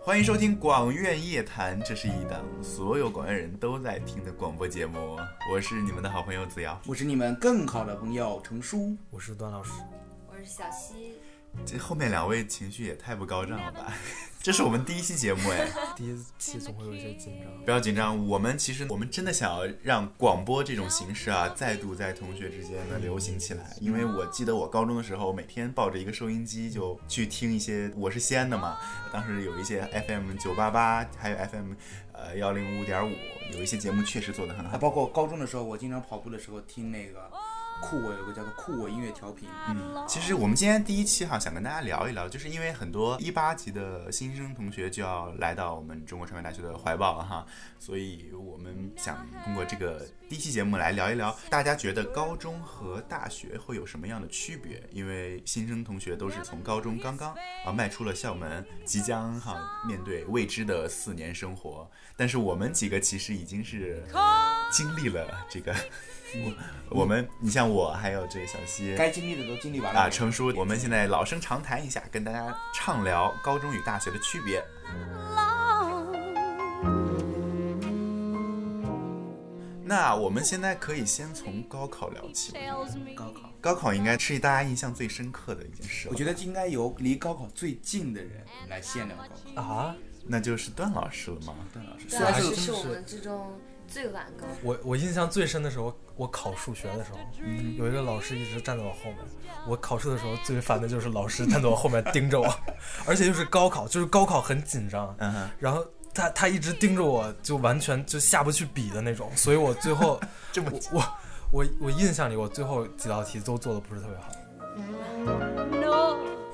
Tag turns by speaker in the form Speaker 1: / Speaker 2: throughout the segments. Speaker 1: 欢迎收听《广院夜谈》，这是一档所有广院人都在听的广播节目。我是你们的好朋友子瑶。
Speaker 2: 我是你们更好的朋友程叔。
Speaker 3: 我是段老师，
Speaker 4: 我是小溪，
Speaker 1: 这后面两位情绪也太不高涨了吧？ 这是我们第一期节目哎，
Speaker 3: 第一期总会有一些紧张。
Speaker 1: 不要紧张，我们其实我们真的想要让广播这种形式啊，再度在同学之间呢流行起来。因为我记得我高中的时候，每天抱着一个收音机就去听一些，我是西安的嘛，当时有一些 FM 九八八，还有 FM 呃幺零五点五，有一些节目确实做得很
Speaker 2: 啊，
Speaker 1: 好。
Speaker 2: 包括高中的时候，我经常跑步的时候听那个酷我有个叫做酷我音乐调频，
Speaker 1: 嗯，其实我们今天第一期哈，想跟大家聊一聊，就是因为很多一八级的新生同学就要来到我们中国传媒大学的怀抱了哈，所以我们想通过这个第一期节目来聊一聊，大家觉得高中和大学会有什么样的区别？因为新生同学都是从高中刚刚啊迈出了校门，即将哈面对未知的四年生活，但是我们几个其实已经是经历了这个，我我们你像我还有这个小西，
Speaker 2: 该经历的都经历完了。
Speaker 1: 啊，程叔，我们现在老生常谈一下，跟大家畅聊高中与大学的区别。那我们现在可以先从高考聊起吧。
Speaker 2: 高考，
Speaker 1: 高考应该是大家印象最深刻的一件事了
Speaker 2: 我，觉得应该由离高考最近的人来先聊高考。
Speaker 3: 啊，
Speaker 1: 那就是段老师了吗？
Speaker 2: 段老师，
Speaker 4: 段
Speaker 2: 虽然
Speaker 4: 老
Speaker 3: 还
Speaker 1: 啊
Speaker 4: 师
Speaker 3: 真
Speaker 4: 是我
Speaker 3: 是
Speaker 4: 们之中最晚高考，
Speaker 3: 我我印象最深的时候，我考数学的时候，有一个老师一直站在我后面。我考试的时候最烦的就是老师站在我后面盯着我， 而且又是高考，就是高考很紧张，
Speaker 1: 嗯哼，
Speaker 3: 然后他他一直盯着我，就完全就下不去笔的那种。所以我最后
Speaker 1: 这么
Speaker 3: 我 我我我印象里，我最后几道题都做的不是特别好。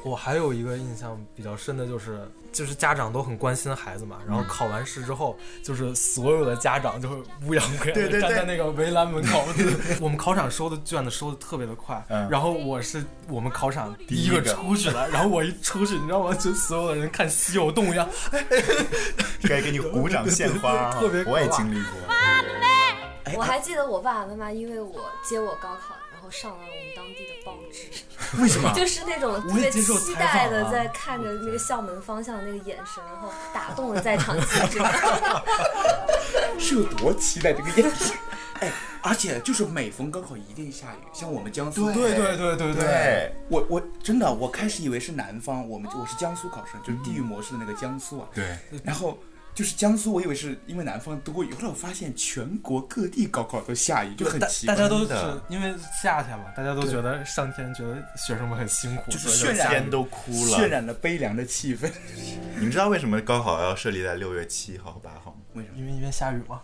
Speaker 3: 我还有一个印象比较深的就是，就是家长都很关心孩子嘛，然
Speaker 1: 嗯
Speaker 3: 后考完试之后，就是所有的家长就会乌泱乌
Speaker 1: 对
Speaker 3: 泱
Speaker 1: 对
Speaker 3: 的站
Speaker 1: 对
Speaker 3: 在那个围栏门口。 我们考场收的卷子收的特别的快，
Speaker 1: 嗯
Speaker 3: 然后我是我们考场第一
Speaker 1: 第一
Speaker 3: 个
Speaker 1: 个
Speaker 3: 出去了，然后我一出去，你知道吗？就所有的人看稀有动物一样，哎
Speaker 1: 该给你鼓掌献花哈
Speaker 3: 特别，
Speaker 1: 我也经历过。
Speaker 3: 哎
Speaker 4: 我还记得我爸爸妈妈因为我接我高考，然后上了我们当地的报纸，
Speaker 3: 为什么
Speaker 4: 就是那种
Speaker 3: 啊
Speaker 4: 特
Speaker 3: 我也
Speaker 4: 别
Speaker 3: 接受
Speaker 4: 期
Speaker 3: 采访
Speaker 4: 待的
Speaker 3: 啊
Speaker 4: 在看着那个校门方向的那个眼神，然后打动了在场记 者。
Speaker 2: 是有多期待这个电视？ 哎，而且就是每逢高考一定下雨，像我们江苏，
Speaker 3: 对对对对对，
Speaker 1: 对，
Speaker 2: 我我真的我开始以为是南方，我们我是江苏考生，就是地域模式的那个江苏啊。
Speaker 1: 对，
Speaker 2: 然后就是江苏，我以为是因为南方多雨，后来我发现全国各地高考都下雨，就很
Speaker 3: 大
Speaker 2: 奇
Speaker 3: 大
Speaker 2: 怪。
Speaker 3: 家都
Speaker 1: 真
Speaker 3: 是
Speaker 1: 的
Speaker 3: 因为夏天嘛，大家都觉得上天觉得学生们很辛苦，
Speaker 2: 就是
Speaker 3: 所以
Speaker 2: 渲染
Speaker 1: 天都哭
Speaker 2: 渲
Speaker 1: 了。
Speaker 2: 染了悲凉的气氛。
Speaker 1: 你们知道为什么高考要设立在六月七号和八号吗？
Speaker 2: 为什么？
Speaker 3: 因为因为下雨嘛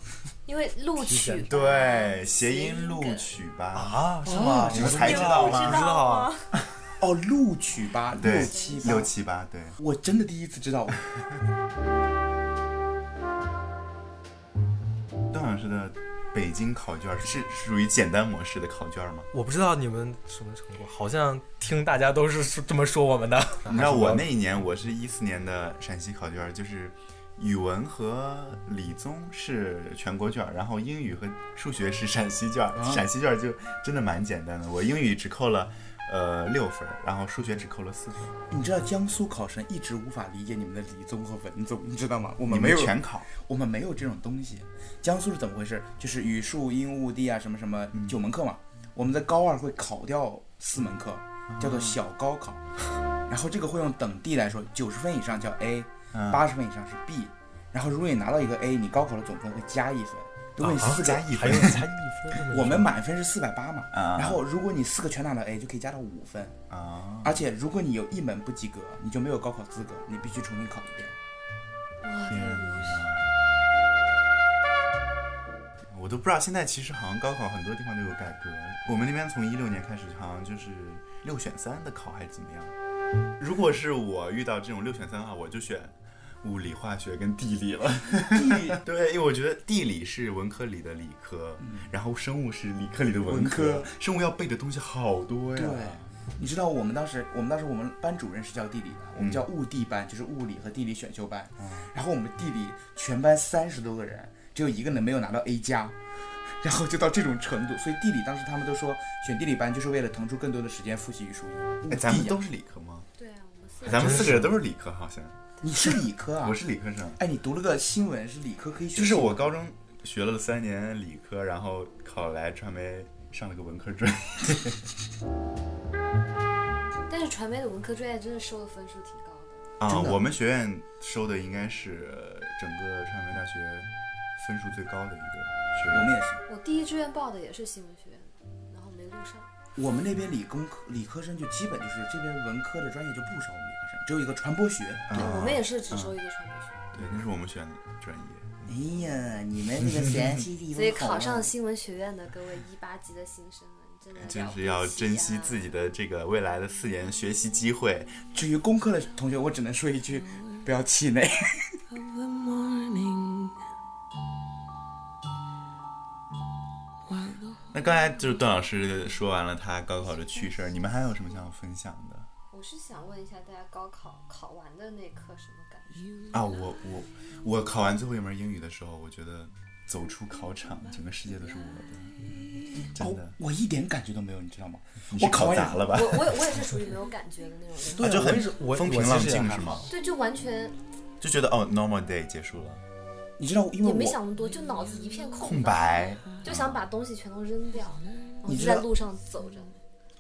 Speaker 4: 因为录取
Speaker 1: 对，谐音录取吧。
Speaker 3: 啊，是
Speaker 2: 吗
Speaker 1: 你们才知道吗？
Speaker 3: 不知道啊，
Speaker 2: 哦，录取吧，
Speaker 1: 对，
Speaker 2: 七
Speaker 1: 六
Speaker 2: 六。
Speaker 1: 七八，对。
Speaker 2: 我真的第一次知道，
Speaker 1: 段老师的北京考卷是属于简单模式的考卷吗？
Speaker 3: 我不知道你们什么成果，好像听大家都是说这么说我们的。
Speaker 1: 你知道我那一年，我是一四年的陕西考卷，就是语文和理综是全国卷，然后英语和数学是陕西卷。
Speaker 2: 啊
Speaker 1: 陕西卷就真的蛮简单的，我英语只扣了呃六分，然后数学只扣了四分。
Speaker 2: 你知道江苏考生一直无法理解你们的理综和文综，你知道吗？我
Speaker 1: 你
Speaker 2: 们没
Speaker 1: 们
Speaker 2: 有
Speaker 1: 全考，
Speaker 2: 我们没有这种东西。江苏是怎么回事？就是语数英物地啊，什么什么
Speaker 1: 嗯
Speaker 2: 九门课嘛。我们在高二会考掉四门课，叫做小高考。然后这个会用等地来说，九十分以上叫 A，
Speaker 1: 嗯
Speaker 2: 八十分以上是 B。然后如果你拿到一个 A，你高考的总分会加一分。如果你四个
Speaker 1: 啊加一
Speaker 3: 还
Speaker 1: 分
Speaker 3: 有。才一啊分，
Speaker 2: 我们满分是四百八嘛，
Speaker 1: 啊
Speaker 2: 然后如果你四个全拿到 A，就可以加到五分。
Speaker 1: 啊，
Speaker 2: 而且如果你有一门不及格，你就没有高考资格，你必须重新考一遍。
Speaker 3: 啊
Speaker 1: 天啊哪！嗯我都不知道，现在其实好像高考很多地方都有改革。我们那边从一六年开始，好像就是六选三的考还是怎么样？如果是我遇到这种六选三的话，我就选物理、化学跟地理了。 地对，因为我觉得地理是文科里的理科，
Speaker 2: 嗯
Speaker 1: 然后生物是理科里的文科，
Speaker 2: 文科
Speaker 1: 生物要背的东西好多呀。
Speaker 2: 对，你知道我们当时，我们当时我们班主任是教地理的，我
Speaker 1: 嗯
Speaker 2: 们叫物地班，就是物理和地理选修班。然后我们地理全班三十多个人，只有一个人没有拿到 A 加，然后就到这种程度。所以地理当时他们都说选地理班就是为了腾出更多的时间复习语数英。
Speaker 1: 哎，咱
Speaker 2: 物
Speaker 1: 们
Speaker 2: 地呀
Speaker 1: 都是理科吗？
Speaker 4: 对啊，我们四
Speaker 1: 咱们
Speaker 3: 真
Speaker 1: 四
Speaker 3: 是
Speaker 1: 个人都是理科，好像。
Speaker 2: 你是理科啊
Speaker 1: 我？是理科生，
Speaker 2: 哎，你读了个新闻，是理科可以选
Speaker 1: 就
Speaker 2: 新闻。
Speaker 1: 是我高中学了三年理科，然后考来传媒上了个文科专业。
Speaker 4: 但是传媒的文科专业真的收的分数挺高 的，
Speaker 1: 啊，
Speaker 2: 真的
Speaker 1: 我们学院收的应该是呃整个传媒大学分数最高的一个学
Speaker 2: 我
Speaker 1: 院。
Speaker 2: 们也是，
Speaker 4: 我第一志愿报的也是新闻学院的，然后没录上。
Speaker 3: 啊
Speaker 2: 我们那边理工科理科生就基本就是这边文科的专业就不收我们理科生，只有一个传播学。
Speaker 4: 对，
Speaker 1: 啊
Speaker 4: 我们也是只收一个传播学，
Speaker 1: 对，那是我们选的专业。
Speaker 2: 哎呀，你们 这个学习地
Speaker 4: 所以考上新闻学院的各位一八级的新生们，真的
Speaker 1: 真
Speaker 4: 了不
Speaker 1: 是要
Speaker 4: 起
Speaker 1: 珍惜
Speaker 4: 啊
Speaker 1: 自己的这个未来的四年学习机会。
Speaker 2: 至于工科的同学，我只能说一句，
Speaker 4: 嗯
Speaker 2: 不要气馁。
Speaker 5: the morning.
Speaker 1: 那刚才就是段老师说完了他高考的趣事儿，你们还有什么想要分享的
Speaker 4: 我是想问一下大家高考考完的那一刻什么感受？
Speaker 1: 啊？我我我考完最后一门英语的时候，我觉得走出考场，整个世界都是我的，真的
Speaker 2: 哦。，我一点感觉都没有，你知道吗？
Speaker 1: 你是
Speaker 2: 我考
Speaker 1: 考
Speaker 2: 完
Speaker 1: 砸了吧？
Speaker 4: 我我也我也是属于没有感觉的那种人，
Speaker 1: 啊就
Speaker 3: 我
Speaker 1: 很
Speaker 3: 也是我
Speaker 1: 风平
Speaker 3: 我其
Speaker 1: 浪
Speaker 3: 实也
Speaker 1: 静
Speaker 3: 还
Speaker 1: 是吗
Speaker 3: 好？
Speaker 4: 对，就完全
Speaker 1: 就觉得哦，normal day 结束了，
Speaker 2: 你知道，因
Speaker 4: 也
Speaker 2: 为
Speaker 4: 没
Speaker 2: 我
Speaker 4: 想那么多，就脑子一片空
Speaker 1: 空，白。嗯
Speaker 4: 就想把东西全都扔掉，然后
Speaker 2: 你
Speaker 4: 就
Speaker 2: 知
Speaker 4: 在
Speaker 2: 道
Speaker 4: 路上走着，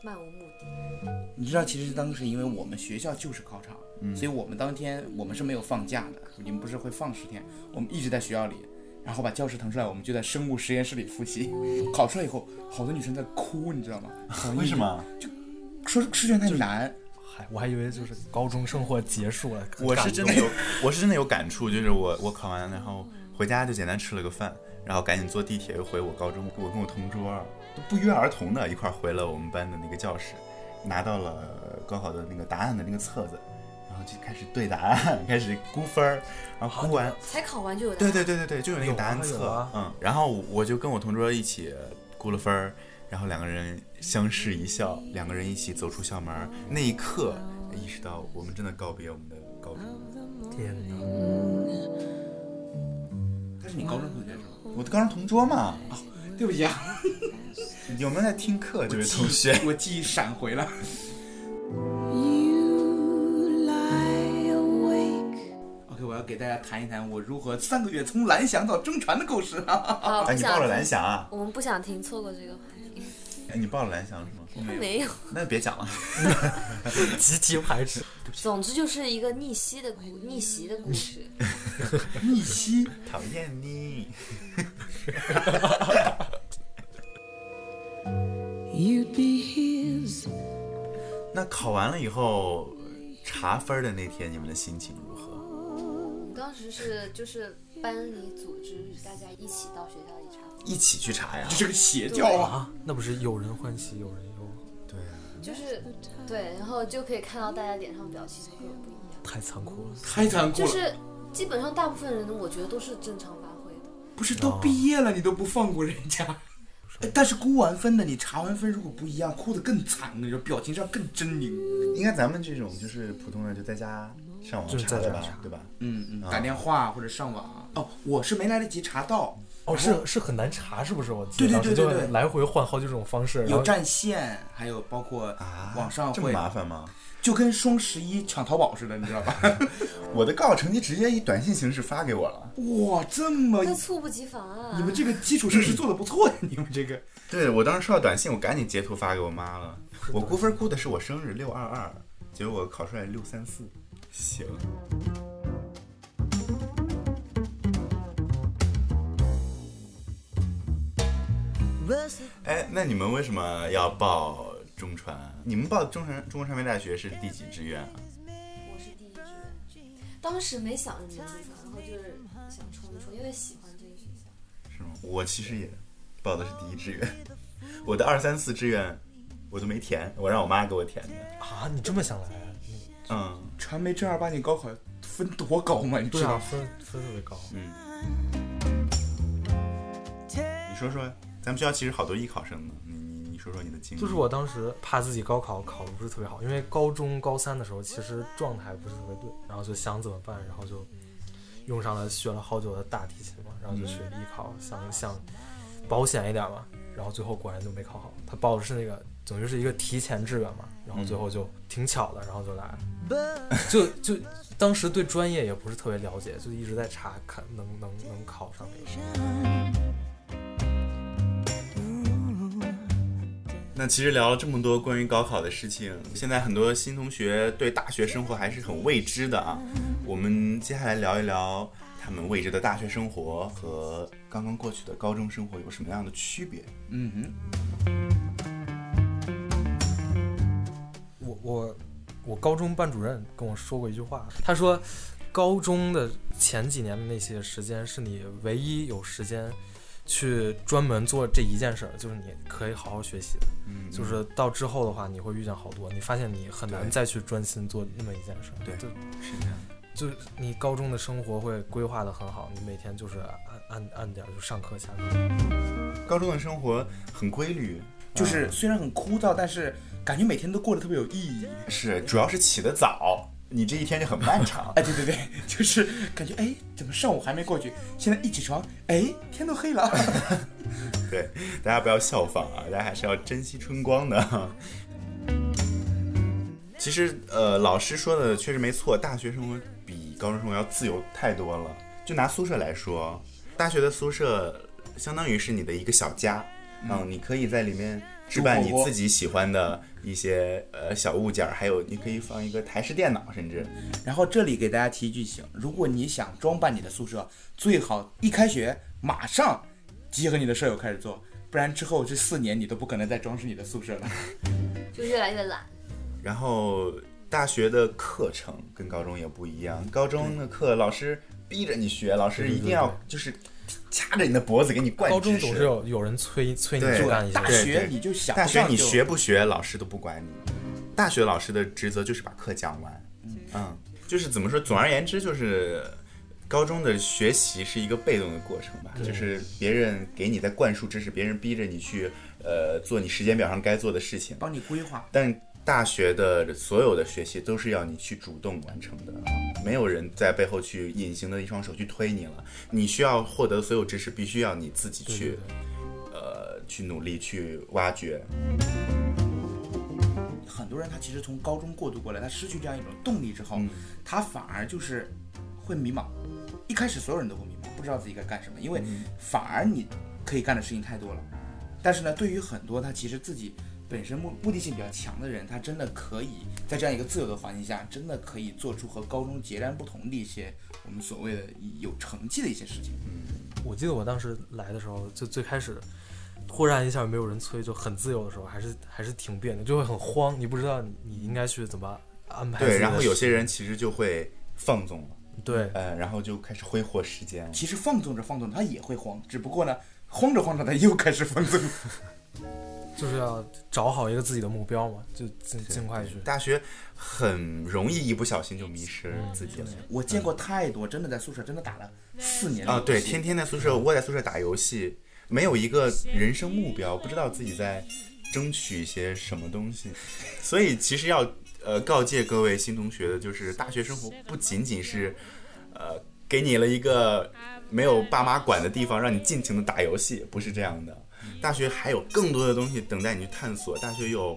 Speaker 4: 漫无目的。
Speaker 2: 你知道，其实当时因为我们学校就是考场，所以我们当天我们是没有放假的。你们不是会放十天？我们一直在学校里，然后把教室腾出来，我们就在生物实验室里复习。考出来以后，好多女生在哭，你知 道吗？考英语
Speaker 1: 为什？么？
Speaker 2: 说试卷太难。
Speaker 3: 嗨，我还以为就是高中生活结束了，
Speaker 1: 我是
Speaker 3: 感
Speaker 1: 真
Speaker 3: 动
Speaker 1: 的有，我是真的有感触，就是我我考完然后回家就简单吃了个饭，然后赶紧坐地铁又回我高中，我跟我同桌儿都不约而同的一块儿回了我们班的那个教室，拿到了高考的那个答案的那个册子，然后就开始对答案，开始估分儿，然后估完
Speaker 4: 才考完就有答
Speaker 1: 对
Speaker 4: 案
Speaker 1: 对对对对，就有那个
Speaker 3: 有
Speaker 1: 答案
Speaker 3: 啊有
Speaker 1: 册，
Speaker 3: 啊
Speaker 1: 嗯，然后我就跟我同桌一起估了分儿，然后两个人相视一笑，两个人一起走出校门儿，那一刻意识到我们真的告别我们的高中。
Speaker 3: 天哪！
Speaker 2: 但是你高中同学是吗？
Speaker 1: 我的高中同桌嘛，
Speaker 2: 对不起啊，
Speaker 1: 有没有在听课？这位同学，
Speaker 2: 我记忆闪回了。
Speaker 5: You lie awake.
Speaker 2: OK，我要给大家谈一谈我如何三个月从蓝翔到中传的故事啊。
Speaker 4: 好，
Speaker 1: 哎，
Speaker 4: 哦不
Speaker 1: 你报了
Speaker 4: 想
Speaker 1: 蓝
Speaker 4: 听，
Speaker 1: 翔啊？
Speaker 4: 我们不想听，错过这个话题。
Speaker 1: 哎，你报了蓝翔是吗？
Speaker 4: 没有，
Speaker 1: 那别讲了。
Speaker 3: 集体排斥，
Speaker 4: 总之就是一个逆袭的故逆袭的 故事。
Speaker 2: 逆袭，
Speaker 1: 讨厌你。
Speaker 5: You'd be his.
Speaker 1: 那考完了以后，查分儿的那天，你们的心情如何？
Speaker 4: 我们当时是就是班里组织大家一起到学校里查房，
Speaker 1: 一起去查呀
Speaker 2: 这？是个邪教啊！
Speaker 3: 啊，那不是有人欢喜有人忧，
Speaker 1: 对啊，
Speaker 4: 就是对，然后就可以看到大家脸上表情各种不一样，
Speaker 3: 太残酷了。
Speaker 2: 太残酷
Speaker 4: 就
Speaker 2: 了，
Speaker 4: 是基本上大部分人我觉得都是正常发挥的。
Speaker 2: 不是都毕业了，你都不放过人家。哎但是估完分的，你查完分如果不一样，哭得更惨，你说表情上更狰狞。
Speaker 1: 应该咱们这种就是普通人就在家上网
Speaker 3: 就是
Speaker 1: 查
Speaker 3: 在
Speaker 1: 的
Speaker 3: 家
Speaker 1: 吧
Speaker 3: 查，
Speaker 1: 对吧？
Speaker 2: 嗯嗯，打电话或者上网。哦，我是没来得及查到，
Speaker 3: 哦，是是很难查，是不是？我记
Speaker 2: 对对
Speaker 3: 得当时
Speaker 2: 对
Speaker 3: 就
Speaker 2: 对对
Speaker 3: 来回换好几种方式，然
Speaker 2: 有
Speaker 3: 后
Speaker 2: 占线，还有包括
Speaker 1: 啊，
Speaker 2: 网上
Speaker 1: 这么
Speaker 2: 会，
Speaker 1: 麻烦吗？
Speaker 2: 就跟双十一抢淘宝似的，你知道吧？
Speaker 1: 我的高考成绩直接以短信形式发给我了。
Speaker 2: 哇，这么
Speaker 4: 那猝不及防啊！
Speaker 2: 哦你们这个基础设施做的不错呀，你们这个。
Speaker 1: 对，我当时收到短信，我赶紧截图发给我妈了。我估分估的是我生日六二二，结果我考出来六三四。行，哎，那你们为什么要报中传？你们报中传中国传媒大学是第几志愿啊？
Speaker 4: 我是第一志愿，当时没想着名字呢，然后就是想冲一冲，因为喜欢这个学校。
Speaker 1: 是吗？我其实也报的是第一志愿，我的二三四志愿我都没填，我让我妈给我填的。
Speaker 3: 啊，你这么想来，你
Speaker 1: 嗯
Speaker 2: 传媒正儿八经高考分多高嘛，你知
Speaker 3: 对
Speaker 2: 道
Speaker 3: 啊，
Speaker 2: 吗？
Speaker 3: 分分特别高。
Speaker 1: 嗯，你说说，咱们学校其实好多艺考生呢，你你你说说你的经历。
Speaker 3: 就是我当时怕自己高考考的不是特别好，因为高中高三的时候其实状态不是特别对，然后就想怎么办，然后就用上了学了好久的大提琴嘛，然后就学艺考，想想保险一点嘛，然后最后果然就没考好。他报的是那个总之是一个提前志愿嘛，然后最后就挺巧的，然后就来了，就就当时对专业也不是特别了解，就一直在查看能能能考上哪个。
Speaker 1: 那其实聊了这么多关于高考的事情，现在很多新同学对大学生活还是很未知的啊。我们接下来聊一聊他们未知的大学生活和刚刚过去的高中生活有什么样的区别。
Speaker 2: 嗯哼，
Speaker 3: 我我我高中班主任跟我说过一句话，他说，高中的前几年的那些时间是你唯一有时间去专门做这一件事儿，就是你可以好好学习的。
Speaker 1: 嗯
Speaker 3: 就是到之后的话，你会遇见好多，你发现你很
Speaker 1: 对
Speaker 3: 难再去专心做那么一件事儿。
Speaker 1: 对
Speaker 3: 就是
Speaker 1: 这样。
Speaker 3: 就是你高中的生活会规划的很好，你每天就是按按按点儿就上课下课。
Speaker 1: 高中的生活很规律，
Speaker 3: 啊
Speaker 2: 就是虽然很枯燥，但是感觉每天都过得特别有意义。。
Speaker 1: 是主要是起得早，你这一天就很漫长
Speaker 2: 哎，对对对， 就是感觉哎，怎么上午还没过去，现在一起床，哎，天都黑了。
Speaker 1: 对，大家不要效仿啊，大家还是要珍惜春光的。其实，呃，老师说的确实没错，大学生活比高中生活要自由太多了。就拿宿舍来说，大学的宿舍相当于是你的一个小家，嗯，你可以在里面置办你
Speaker 2: 煮火锅
Speaker 1: 自己喜欢的一些呃小物件儿，还有你可以放一个台式电脑，甚至
Speaker 2: 然后这里给大家提一句醒：如果你想装扮你的宿舍，最好一开学马上集合你的舍友开始做，不然之后这四年你都不可能再装饰你的宿舍了。
Speaker 4: 就越来越懒。
Speaker 1: 然后大学的课程跟高中也不一
Speaker 3: 嗯
Speaker 1: 样，高中的课老师逼着你学，老师一定要就是掐着你的脖子给你灌
Speaker 3: 高
Speaker 1: 知
Speaker 3: 中
Speaker 1: 识
Speaker 3: 总是有有人催催你
Speaker 1: 对
Speaker 3: 去干一些
Speaker 2: 大
Speaker 3: 事。
Speaker 1: 对
Speaker 2: 学
Speaker 1: 对
Speaker 2: 你就想
Speaker 1: 大
Speaker 2: 不上
Speaker 1: 学
Speaker 2: 就
Speaker 1: 你学不学，老师都不管你。大学老师的职责就是把课讲完，嗯，就是怎么说？总而言之，就是高中的学习是一个被动的过程吧，就是别人给你在灌输知识，别人逼着你去呃做你时间表上该做的事情。
Speaker 2: 帮你规划，
Speaker 1: 但大学的所有的学习都是要你去主动完成的，没有人在背后去隐形的一双手去推你了。你需要获得所有知识，必须要你自己
Speaker 3: 对
Speaker 1: 去
Speaker 3: 对
Speaker 1: 呃去努力去挖掘。
Speaker 2: 很多人他其实从高中过渡过来，他失去这样一种动力之后，
Speaker 1: 嗯
Speaker 2: 他反而就是会迷茫。一开始所有人都会迷茫，不知道自己该干什么，因为
Speaker 1: 嗯
Speaker 2: 反而你可以干的事情太多了。但是呢，对于很多他其实自己本身目目的性比较强的人，他真的可以在这样一个自由的环境下，真的可以做出和高中截然不同的一些我们所谓的有成绩的一些事情。
Speaker 3: 我记得我当时来的时候，就最开始突然一下没有人催，就很自由的时候，还是还是挺别扭，就会很慌，你不知道你你应该去怎么安排自己
Speaker 1: 对，
Speaker 3: 的事。
Speaker 1: 然后有些人其实就会放纵了，
Speaker 3: 对
Speaker 1: 呃，然后就开始挥霍时间了。
Speaker 2: 其实放纵着放纵着，他也会慌，只不过呢，慌着慌着他又开始放纵。
Speaker 3: 就是要找好一个自己的目标嘛，就尽尽快去。
Speaker 1: 大学很容易一不小心就迷失
Speaker 3: 嗯
Speaker 1: 自己了。
Speaker 2: 我见过太多真的在宿舍真的打了四年的
Speaker 1: 啊，对，
Speaker 2: 游戏嗯
Speaker 1: 天天在宿舍窝在宿舍打游戏，没有一个人生目标，不知道自己在争取一些什么东西，所以其实要呃告诫各位新同学的就是，大学生活不仅仅是呃给你了一个没有爸妈管的地方让你尽情的打游戏，不是这样的，
Speaker 2: 嗯
Speaker 1: 大学还有更多的东西等待你去探索，大学有。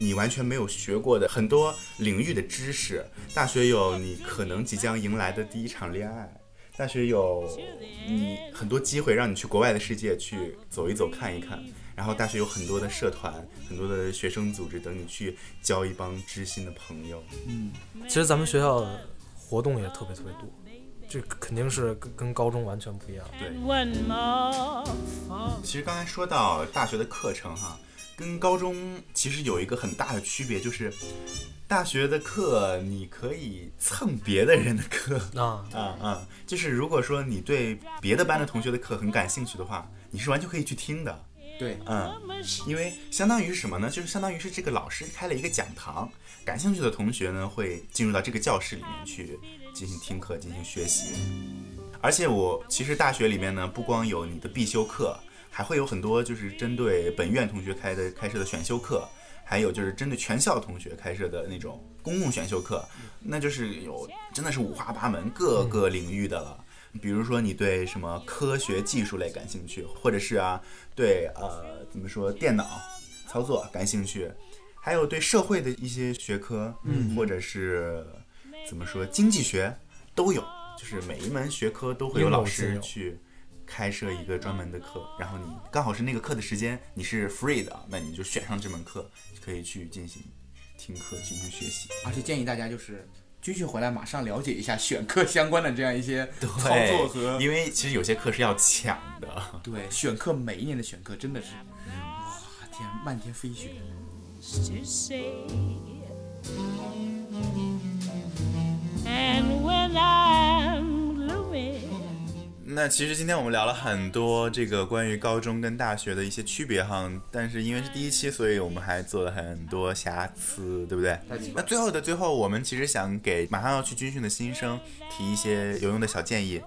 Speaker 1: 你完全没有学过的很多领域的知识，大学有你可能即将迎来的第一场恋爱，大学有你很多机会让你去国外的世界去走一走、看一看，然后大学有很多的社团、很多的学生组织等你去交一帮知心的朋友。
Speaker 3: 其实咱们学校的活动也特别特别多，这肯定是跟跟高中完全不一样。
Speaker 1: 对，
Speaker 6: One more fall.
Speaker 1: 其实刚才说到大学的课程哈，跟高中其实有一个很大的区别，就是大学的课你可以蹭别的人的课。
Speaker 3: 啊，
Speaker 1: 啊啊！就是如果说你对别的班的同学的课很感兴趣的话，你是完全可以去听的。
Speaker 2: 对，
Speaker 1: 嗯，因为相当于是什么呢？就是相当于是这个老师开了一个讲堂，感兴趣的同学呢会进入到这个教室里面去进行听课、进行学习。而且我其实大学里面呢，不光有你的必修课，还会有很多就是针对本院同学开的开设的选修课，还有就是针对全校同学开设的那种公共选修课，那就是有真的是五花八门，各个领域的了。比如说你对什么科学技术类感兴趣，或者是啊对呃怎么说电脑操作感兴趣，还有对社会的一些学科，嗯，或者是怎么说经济学都有，就是每一门学科都会有
Speaker 3: 应有
Speaker 1: 老
Speaker 3: 尽
Speaker 1: 师
Speaker 3: 有
Speaker 1: 去。开设一个专门的课，然后你刚好是那个课的时间，你是 free 的，那你就选上这门课，可以去进行听课进行学习。
Speaker 2: 而且建议大家就是军训回来马上了解一下选课相关的这样一些操
Speaker 1: 对
Speaker 2: 作和
Speaker 1: 因为其实有些课是要抢的。
Speaker 2: 对选课每一年的选课真的是，哇天漫天飞雪，
Speaker 6: to say. And when I'm gloomy,
Speaker 1: 那其实今天我们聊了很多这个关于高中跟大学的一些区别哈，但是因为是第一期，所以我们还做了很多瑕疵，对不对？那最后的最后，我们其实想给马上要去军训的新生提一些有用的小建议。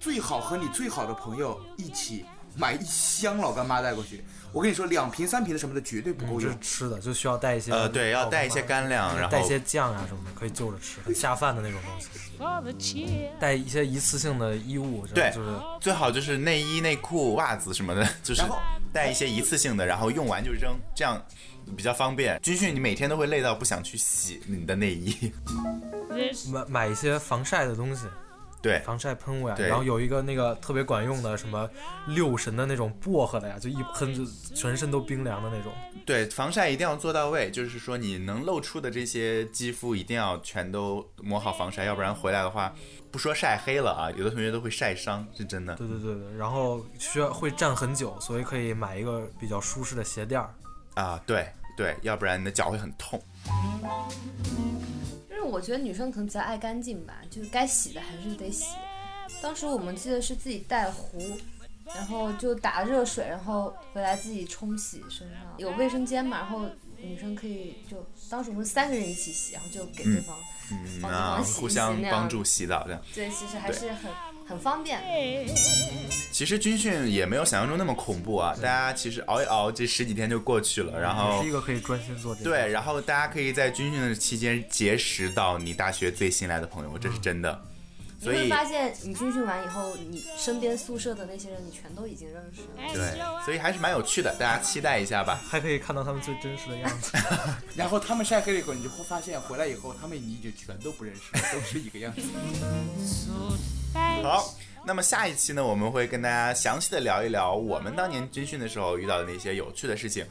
Speaker 2: 最好和你最好的朋友一起买一箱老干妈带过去。我跟你说，两瓶三瓶的什么的绝对不够
Speaker 3: 就
Speaker 1: 嗯
Speaker 2: 用
Speaker 3: 是。吃的，就需要带一些
Speaker 1: 呃，对，要带一些干粮，然后
Speaker 3: 带一些酱啊什么的，可以就着吃，很下饭的那种东西。
Speaker 6: for the cheer.
Speaker 3: 带一些一次性的衣物，这
Speaker 1: 对
Speaker 3: 样就是
Speaker 1: 最好就是内衣、内裤、袜子什么的， 就是
Speaker 2: 然后
Speaker 1: 带一些一次性的，然后用完就扔，这样比较方便。军训你每天都会累到不想去洗你的内衣，
Speaker 6: This
Speaker 3: 买买一些防晒的东西，
Speaker 1: 对，
Speaker 3: 防晒喷雾呀，
Speaker 1: 对
Speaker 3: 然后有一个那个特别管用的什么六神的那种薄荷的呀，就一喷就全身都冰凉的那种。
Speaker 1: 对，防晒一定要做到位，就是说你能露出的这些肌肤一定要全都抹好防晒，要不然回来的话，不说晒黑了啊，有的同学都会晒伤，是真的。
Speaker 3: 对对对对，然后需要会站很久，所以可以买一个比较舒适的鞋垫儿。
Speaker 1: 啊，对对，要不然你的脚会很痛。
Speaker 4: 就是我觉得女生可能比较爱干净吧，就是该洗的还是得洗。当时我们记得是自己带壶，然后就打热水，然后回来自己冲洗身上，有卫生间嘛，然后女生可以就当时我们三个人一起洗，然后就给对方，
Speaker 1: 嗯
Speaker 4: 帮
Speaker 1: 啊，
Speaker 4: 忙洗一洗
Speaker 1: 互相
Speaker 4: 那样
Speaker 1: 帮助洗澡这样。
Speaker 4: 对，其实还是很很方便的。
Speaker 1: 其实军训也没有想象中那么恐怖啊，大家其实熬一熬，这十几天就过去
Speaker 4: 嗯
Speaker 1: 了，然
Speaker 3: 也
Speaker 1: 后
Speaker 3: 是一。个可以专心做这个。
Speaker 1: 对，然后大家可以在军训的期间结识到你大学最新来的朋友，这是真的。
Speaker 4: 嗯你
Speaker 1: 所
Speaker 4: 会
Speaker 1: 以
Speaker 4: 发现，你军训完以后，你身边宿舍的那些人，你全都已经认识了。
Speaker 1: 对，所以还是蛮有趣的，大家期待一下吧。
Speaker 3: 还可以看到他们最真实的样子。
Speaker 2: 然后他们晒黑了以后，你就会发现回来以后，他们你已经全都不认识了，都是一个样子。
Speaker 1: 好，那么下一期呢，我们会跟大家详细的聊一聊我们当年军训的时候遇到的那些有趣的事情。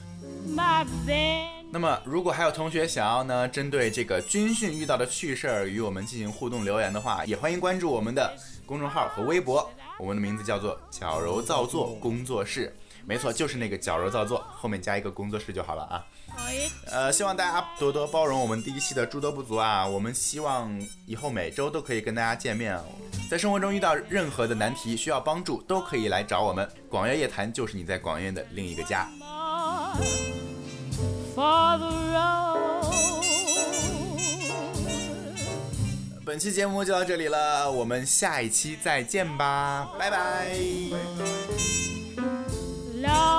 Speaker 6: my band.
Speaker 1: 那么，如果还有同学想要呢，针对这个军训遇到的趣事儿与我们进行互动留言的话，也欢迎关注我们的公众号和微博，我们的名字叫做“矫揉造作工作室”，没错，就是那个“矫揉造作”，后面加一个工作室就好了啊。
Speaker 6: Oh, it's
Speaker 1: 呃，希望大家多多包容我们第一期的诸多不足啊。我们希望以后每周都可以跟大家见面哦。在生活中遇到任何的难题需要帮助，都可以来找我们。广乐夜谈就是你在广院的另一个家。
Speaker 6: more for the road.
Speaker 1: 本期节目就到这里了，我们下一期再见吧，拜拜
Speaker 6: Love.